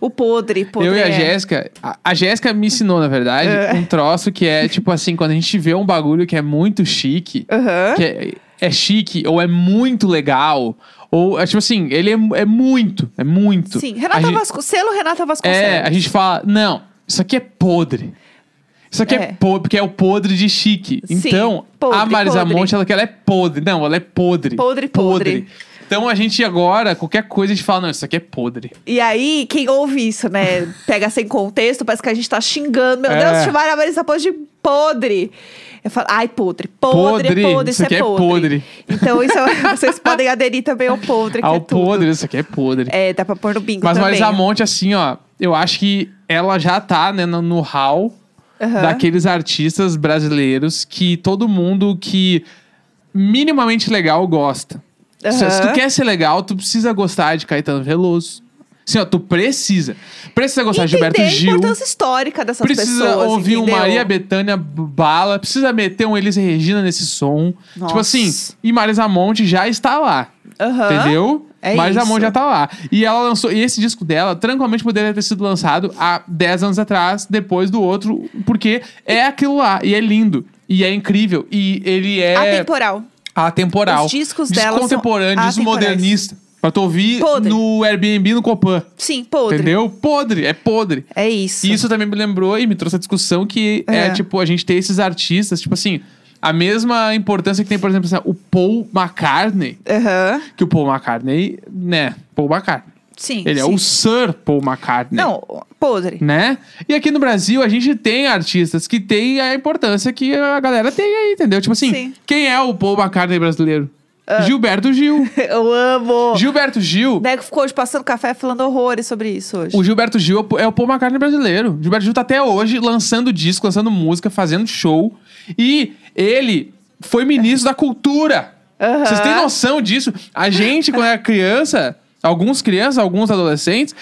Speaker 1: O podre, podre.
Speaker 2: Eu e a
Speaker 1: é.
Speaker 2: Jéssica, a, a Jéssica me ensinou, na verdade,
Speaker 1: É.
Speaker 2: um troço que é tipo assim, quando a gente vê um bagulho que é muito chique,
Speaker 1: Aham.
Speaker 2: que é, é chique ou é muito legal, ou é tipo assim, ele é, é muito, é muito.
Speaker 1: Sim,
Speaker 2: a
Speaker 1: Renata
Speaker 2: gente,
Speaker 1: Vasco... selo Renata
Speaker 2: É,
Speaker 1: Vasconcelos.
Speaker 2: a gente fala, não, isso aqui é podre. Isso aqui é,
Speaker 1: É.
Speaker 2: podre, porque é o podre de chique.
Speaker 1: Sim,
Speaker 2: então,
Speaker 1: podre,
Speaker 2: a Marisa
Speaker 1: podre.
Speaker 2: Monte, ela, que ela é podre. Não, ela é podre.
Speaker 1: Podre, podre.
Speaker 2: Então a gente agora, qualquer coisa, a gente fala, não, isso aqui é podre.
Speaker 1: E aí, quem ouve isso, né? Pega sem contexto, parece que a gente tá xingando. Meu
Speaker 2: É.
Speaker 1: Deus, chamaram a Marisa Ponte de podre. Eu falo, ai, podre. Podre,
Speaker 2: Podre,
Speaker 1: podre,
Speaker 2: isso
Speaker 1: isso,
Speaker 2: aqui é
Speaker 1: é podre.
Speaker 2: podre.
Speaker 1: Então, isso é- vocês podem aderir também ao podre, que
Speaker 2: Ao
Speaker 1: é tudo.
Speaker 2: podre, isso aqui é podre.
Speaker 1: É, dá pra pôr no bingo
Speaker 2: Mas
Speaker 1: também.
Speaker 2: Marisa Monte, assim, ó, eu acho que ela já tá, né, no, no hall
Speaker 1: Aham.
Speaker 2: daqueles artistas brasileiros que todo mundo que minimamente legal gosta. Se,
Speaker 1: Aham.
Speaker 2: se tu quer ser legal, tu precisa gostar de Caetano Veloso. Assim, ó, tu precisa. Precisa gostar de
Speaker 1: Entender
Speaker 2: Gilberto
Speaker 1: a
Speaker 2: Gil.
Speaker 1: importância histórica dessas
Speaker 2: Precisa
Speaker 1: pessoas,
Speaker 2: ouvir
Speaker 1: entendeu?
Speaker 2: um Maria Bethânia b- Bala. Precisa meter um Elis Regina nesse som. Tipo
Speaker 1: Nossa.
Speaker 2: assim, e Marisa Monte já está lá.
Speaker 1: Aham.
Speaker 2: Entendeu?
Speaker 1: É
Speaker 2: Mas a
Speaker 1: isso.
Speaker 2: mão já tá lá. E ela lançou. E esse disco dela, tranquilamente, poderia ter sido lançado há 10 anos atrás, depois do outro, porque é aquilo lá. E é lindo. E é incrível. E ele é
Speaker 1: Atemporal.
Speaker 2: atemporal.
Speaker 1: Os discos
Speaker 2: Disco
Speaker 1: dela são
Speaker 2: contemporâneo, disco
Speaker 1: atemporais.
Speaker 2: modernista. Pra tu ouvir
Speaker 1: Podre.
Speaker 2: no Airbnb no Copan.
Speaker 1: Sim, podre.
Speaker 2: Entendeu? Podre, é podre.
Speaker 1: É isso.
Speaker 2: E isso também me lembrou e me trouxe a discussão que é.
Speaker 1: É.
Speaker 2: tipo, a gente ter esses artistas, tipo assim, a mesma importância que tem, por exemplo, assim, o Paul McCartney
Speaker 1: Aham.
Speaker 2: que o Paul McCartney, né? Paul McCartney.
Speaker 1: Sim.
Speaker 2: Ele é
Speaker 1: sim.
Speaker 2: o Sir Paul McCartney.
Speaker 1: Não, podre.
Speaker 2: Né? E aqui no Brasil a gente tem artistas que tem a importância que a galera tem aí, entendeu? Tipo assim,
Speaker 1: Sim. Ah.
Speaker 2: quem é o Paul McCartney brasileiro? Gilberto Gil.
Speaker 1: Eu amo.
Speaker 2: Gilberto Gil.
Speaker 1: O Nego ficou hoje passando café falando horrores sobre isso hoje.
Speaker 2: O Gilberto Gil é o Paul McCartney brasileiro. Gilberto Gil tá até hoje lançando disco, lançando música, fazendo show. E ele foi ministro da cultura.
Speaker 1: Aham.
Speaker 2: Vocês têm noção disso? A gente, quando era criança, alguns crianças, alguns adolescentes,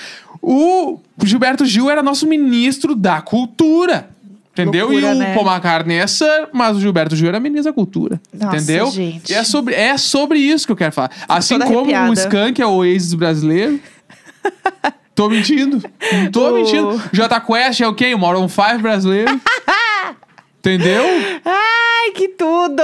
Speaker 2: o Gilberto Gil era nosso ministro da cultura. Entendeu?
Speaker 1: Loucura,
Speaker 2: e o
Speaker 1: né?
Speaker 2: Paul McCartney é sir, mas o Gilberto Gil era ministro da cultura.
Speaker 1: Nossa,
Speaker 2: entendeu?
Speaker 1: gente.
Speaker 2: E é sobre, é sobre isso que eu quero falar. Assim
Speaker 1: toda
Speaker 2: como o
Speaker 1: arrepiada.
Speaker 2: Skank é o Oasis brasileiro. Tô mentindo. Tô
Speaker 1: O-
Speaker 2: mentindo. Jota Quest é o quê? O Moron 5 brasileiro. Entendeu?
Speaker 1: Ai, que tudo!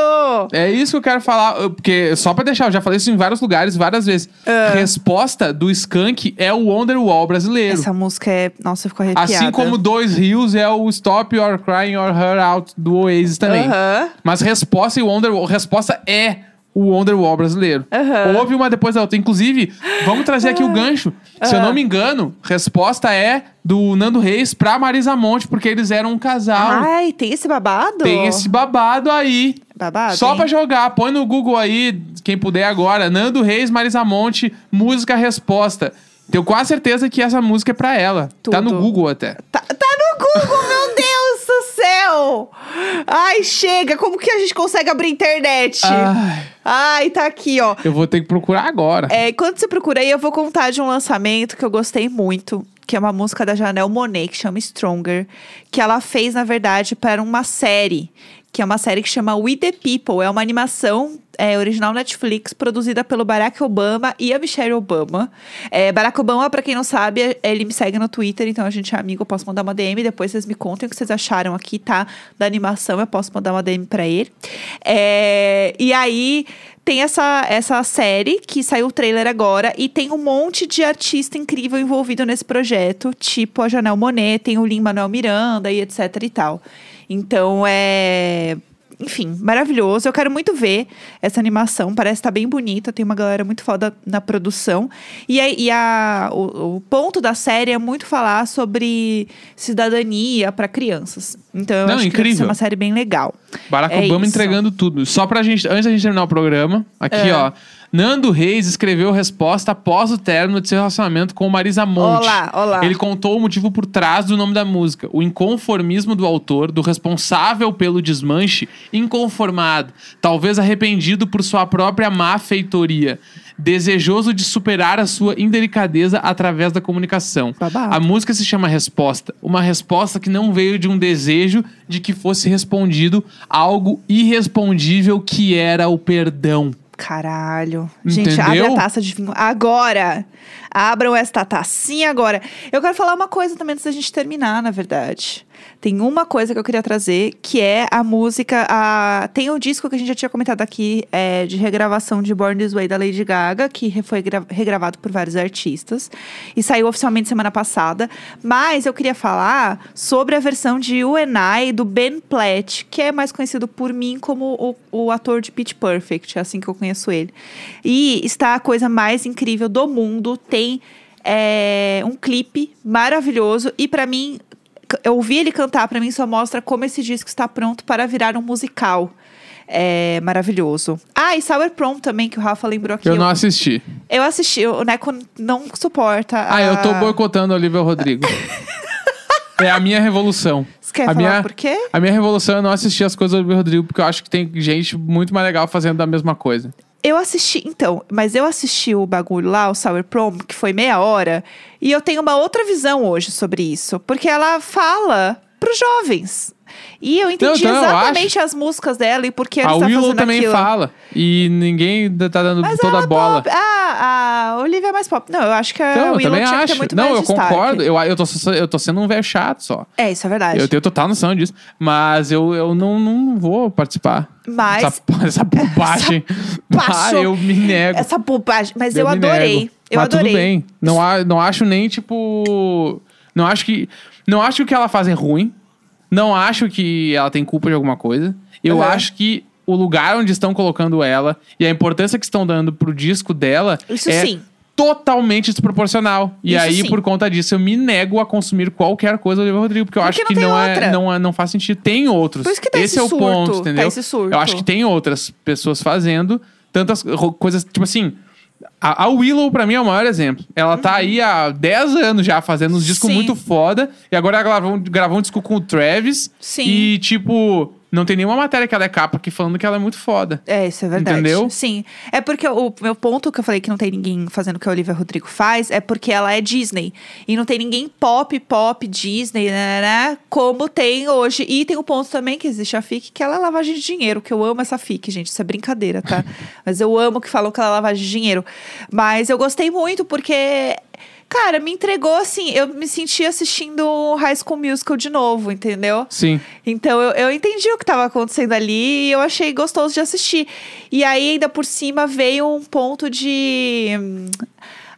Speaker 2: É isso que eu quero falar. eu- Porque, só pra deixar, eu já falei isso em vários lugares, várias vezes. Resposta do Skank é o Wonderwall brasileiro.
Speaker 1: Essa música é... Nossa, eu fico arrepiada.
Speaker 2: Assim como Dois Rios é o Stop Your Crying Your Heart Out do Oasis também.
Speaker 1: Aham.
Speaker 2: Mas resposta e Wonderwall. Resposta é o Wonderwall brasileiro.
Speaker 1: Aham.
Speaker 2: Houve uma depois da outra. Inclusive, vamos trazer aqui o gancho. Se eu não me engano, resposta é do Nando Reis pra Marisa Monte, porque eles eram um casal.
Speaker 1: Ai, tem esse babado?
Speaker 2: Tem esse babado aí.
Speaker 1: babado.
Speaker 2: Só
Speaker 1: hein?
Speaker 2: pra jogar, põe no Google aí, quem puder agora, Nando Reis, Marisa Monte, música resposta. Tenho quase certeza que essa música é pra ela. Tá no
Speaker 1: Tudo.
Speaker 2: Google até.
Speaker 1: Tá, tá no Google, meu Deus do céu! Ai, chega! Como que a gente consegue abrir internet?
Speaker 2: Ai,
Speaker 1: Ai, tá aqui, ó.
Speaker 2: eu vou ter que procurar agora.
Speaker 1: É, enquanto você procura aí, eu vou contar de um lançamento que eu gostei muito, que é uma música da Janelle Monet, que chama Stronger, que ela fez, na verdade, para uma série que é uma série que chama We the People. É uma animação é, original Netflix, produzida pelo Barack Obama e a Michelle Obama. É, Barack Obama, pra quem não sabe, é- ele me segue no Twitter, então a gente é amigo, eu posso mandar uma DM. Depois vocês me contem o que vocês acharam aqui, tá? Da animação, eu posso mandar uma DM pra ele. É, e aí. Tem essa, essa série que saiu o trailer agora e tem um monte de artista incrível envolvido nesse projeto, tipo a Janelle Monet, tem o Lin-Manuel Miranda e etc e tal. Então é. Enfim, maravilhoso. Eu quero muito ver essa animação. Parece estar bem bonita. Tem uma galera muito foda na produção. E, aí- e a, o, o ponto da série é muito falar sobre cidadania para crianças. Então, eu
Speaker 2: Não,
Speaker 1: acho que isso
Speaker 2: incrível.
Speaker 1: é uma série bem legal.
Speaker 2: Barack
Speaker 1: É
Speaker 2: Obama
Speaker 1: isso.
Speaker 2: entregando tudo. Só pra gente, antes da gente terminar o programa, aqui
Speaker 1: É.
Speaker 2: ó, Nando Reis escreveu resposta após o término de seu relacionamento com Marisa Monte.
Speaker 1: Olá, olá.
Speaker 2: Ele contou o motivo por trás do nome da música, o inconformismo do autor, do responsável pelo desmanche, inconformado, talvez arrependido por sua própria malfeitoria, desejoso de superar a sua indelicadeza através da comunicação.
Speaker 1: Babado.
Speaker 2: A música se chama Resposta, uma resposta que não veio de um desejo de que fosse respondido algo irrespondível que era o perdão.
Speaker 1: Caralho. Gente, abre a
Speaker 2: Entendeu?
Speaker 1: taça de vinho agora. Abram esta tacinha agora. Eu quero falar uma coisa também antes da gente terminar, na verdade. Tem uma coisa que eu queria trazer, que é a música. A... Tem o disco que a gente já tinha comentado aqui, é, de regravação de Born This Way da Lady Gaga, que re- foi gra- regravado por vários artistas. E saiu oficialmente semana passada. Mas eu queria falar sobre a versão de You and I do Ben Platt, que é mais conhecido por mim como o, o ator de Pitch Perfect, é assim que eu conheço ele. E está a coisa mais incrível do mundo. Tem é, um clipe maravilhoso e pra mim c- eu ouvi ele cantar, pra mim só mostra como esse disco está pronto para virar um musical. É maravilhoso. Ah, e Sour Prom também, que o Rafa lembrou aqui.
Speaker 2: Eu não assisti.
Speaker 1: eu assisti, o Neco não suporta.
Speaker 2: Ah,
Speaker 1: a-
Speaker 2: eu tô boicotando a Olivia Rodrigo. é a minha revolução.
Speaker 1: Você quer
Speaker 2: a
Speaker 1: falar
Speaker 2: minha,
Speaker 1: por quê?
Speaker 2: A minha revolução é não assistir as coisas do Olivia Rodrigo, porque eu acho que tem gente muito mais legal fazendo da mesma coisa.
Speaker 1: Eu assisti, então, mas eu assisti o bagulho lá, o Sour Prom, que foi meia hora, e eu tenho uma outra visão hoje sobre isso, porque ela fala pros jovens. E eu entendi
Speaker 2: então, eu
Speaker 1: exatamente as músicas dela e por que
Speaker 2: a
Speaker 1: ela está
Speaker 2: Willow
Speaker 1: fazendo
Speaker 2: também
Speaker 1: aquilo. é
Speaker 2: fala. E ninguém tá dando toda a bola.
Speaker 1: Pop. Ah, a Olivia é mais pop. Não, eu acho que a
Speaker 2: Então, eu
Speaker 1: Willow
Speaker 2: também
Speaker 1: tinha que ter
Speaker 2: acho.
Speaker 1: muito
Speaker 2: Não,
Speaker 1: mais
Speaker 2: eu
Speaker 1: destaque.
Speaker 2: concordo. Eu, eu, tô, só- eu tô sendo um velho chato só.
Speaker 1: É, isso é verdade.
Speaker 2: Eu tenho total noção disso. Mas eu, eu não, não vou participar.
Speaker 1: Mas-
Speaker 2: Essa, po- essa bobagem.
Speaker 1: paixão-
Speaker 2: Ah, eu me nego.
Speaker 1: Essa bobagem, mas eu,
Speaker 2: me
Speaker 1: adorei.
Speaker 2: nego.
Speaker 1: Eu
Speaker 2: Mas
Speaker 1: adorei.
Speaker 2: tudo bem. Não, a- não acho nem, tipo... Não acho que... Não acho que o que ela faz é ruim. Não acho que ela tem culpa de alguma coisa. Eu
Speaker 1: Aham.
Speaker 2: acho que o lugar onde estão colocando ela e a importância que estão dando pro disco dela
Speaker 1: Isso
Speaker 2: é
Speaker 1: sim.
Speaker 2: totalmente desproporcional. E
Speaker 1: Isso
Speaker 2: aí,
Speaker 1: sim.
Speaker 2: por conta disso, eu me nego a consumir qualquer coisa do Olivia Rodrigo, porque eu
Speaker 1: Porque
Speaker 2: acho que
Speaker 1: não tem
Speaker 2: não,
Speaker 1: outra.
Speaker 2: é, não, é- não faz sentido. Tem outros.
Speaker 1: Por isso que tá
Speaker 2: esse
Speaker 1: esse
Speaker 2: é o
Speaker 1: surto,
Speaker 2: ponto,
Speaker 1: tá
Speaker 2: entendeu?
Speaker 1: esse surto.
Speaker 2: Eu acho que tem outras pessoas fazendo tantas ro- coisas, tipo assim. A, a Willow, pra mim, é o maior exemplo. Ela tá aí há 10 anos já fazendo uns discos
Speaker 1: Uhum. Sim.
Speaker 2: muito foda. E agora ela gravou, um- gravou um disco com o Travis.
Speaker 1: Sim.
Speaker 2: E, tipo, não tem nenhuma matéria que ela é capa aqui falando que ela é muito foda.
Speaker 1: É, isso é verdade.
Speaker 2: Entendeu?
Speaker 1: Sim. É porque o meu ponto que eu falei que não tem ninguém fazendo o que a Olivia Rodrigo faz é porque ela é Disney. E não tem ninguém pop, pop, Disney, né, né, né, como tem hoje. E tem o ponto também que existe a FIC, que ela é lavagem de dinheiro, que eu amo essa FIC, gente. Isso é brincadeira, tá? Mas eu amo que falam que ela é lavagem de dinheiro. Mas eu gostei muito porque. Cara, me entregou assim. Eu me senti assistindo High School Musical de novo, entendeu?
Speaker 2: Sim.
Speaker 1: Então eu, eu entendi o que estava acontecendo ali e eu achei gostoso de assistir. E aí, ainda por cima, veio um ponto de. hum,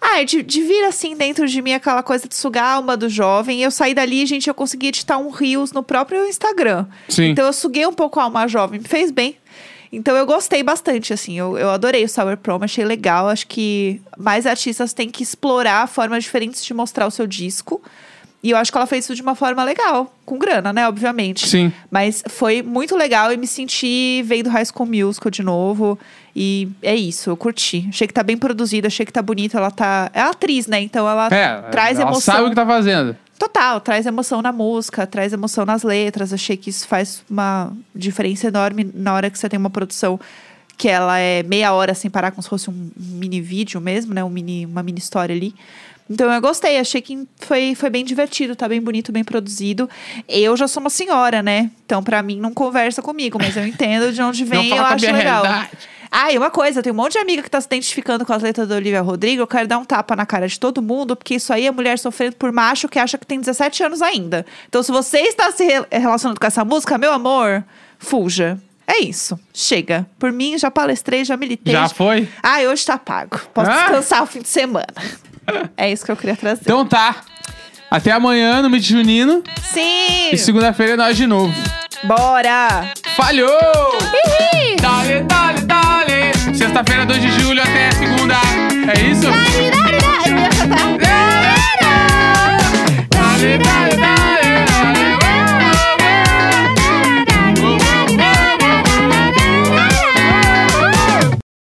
Speaker 1: Ah, de, de vir assim dentro de mim aquela coisa de sugar a alma do jovem. Eu saí dali, gente, eu consegui editar um Reels no próprio Instagram.
Speaker 2: Sim.
Speaker 1: Então eu suguei um pouco a alma jovem, me fez bem. Então eu gostei bastante, assim, eu, eu adorei o Sour Prom, achei legal. Acho que mais artistas têm que explorar formas diferentes de mostrar o seu disco. E eu acho que ela fez isso de uma forma legal, com grana, né, obviamente.
Speaker 2: Sim.
Speaker 1: Mas foi muito legal e me senti vendo High School Musical de novo. E é isso, eu curti. Achei que tá bem produzida, achei que tá bonita. Ela tá. É atriz, né? Então ela
Speaker 2: É,
Speaker 1: traz
Speaker 2: ela
Speaker 1: emoção.
Speaker 2: sabe o que tá fazendo.
Speaker 1: Total, traz emoção na música, traz emoção nas letras. Achei que isso faz uma diferença enorme na hora que você tem uma produção que ela é meia hora sem parar, como se fosse um mini vídeo mesmo, né? Um mini, uma mini história ali. Então eu gostei, achei que foi, foi bem divertido, tá bem bonito, bem produzido. Eu já sou uma senhora, né? Então pra mim não conversa comigo, mas eu entendo de onde vem e
Speaker 2: fala
Speaker 1: eu
Speaker 2: com a
Speaker 1: acho
Speaker 2: minha
Speaker 1: legal.
Speaker 2: realidade.
Speaker 1: Ah, e uma coisa, tem um monte de amiga que tá se identificando com a letra da Olivia Rodrigo. Eu quero dar um tapa na cara de todo mundo, porque isso aí é mulher sofrendo por macho que acha que tem 17 anos ainda. Então, se você está se re- relacionando com essa música, meu amor, fuja. É isso. Chega. Por mim, já palestrei, já militei.
Speaker 2: Já foi?
Speaker 1: Ah, hoje tá pago. Posso
Speaker 2: Ah!
Speaker 1: descansar o fim de semana. É isso que eu queria trazer.
Speaker 2: Então tá. Até amanhã no Mid Junino.
Speaker 1: Sim!
Speaker 2: E segunda-feira é nós de novo.
Speaker 1: Bora!
Speaker 2: Falhou! Dale, dale, dale! Sexta-feira, 2 de julho, até! É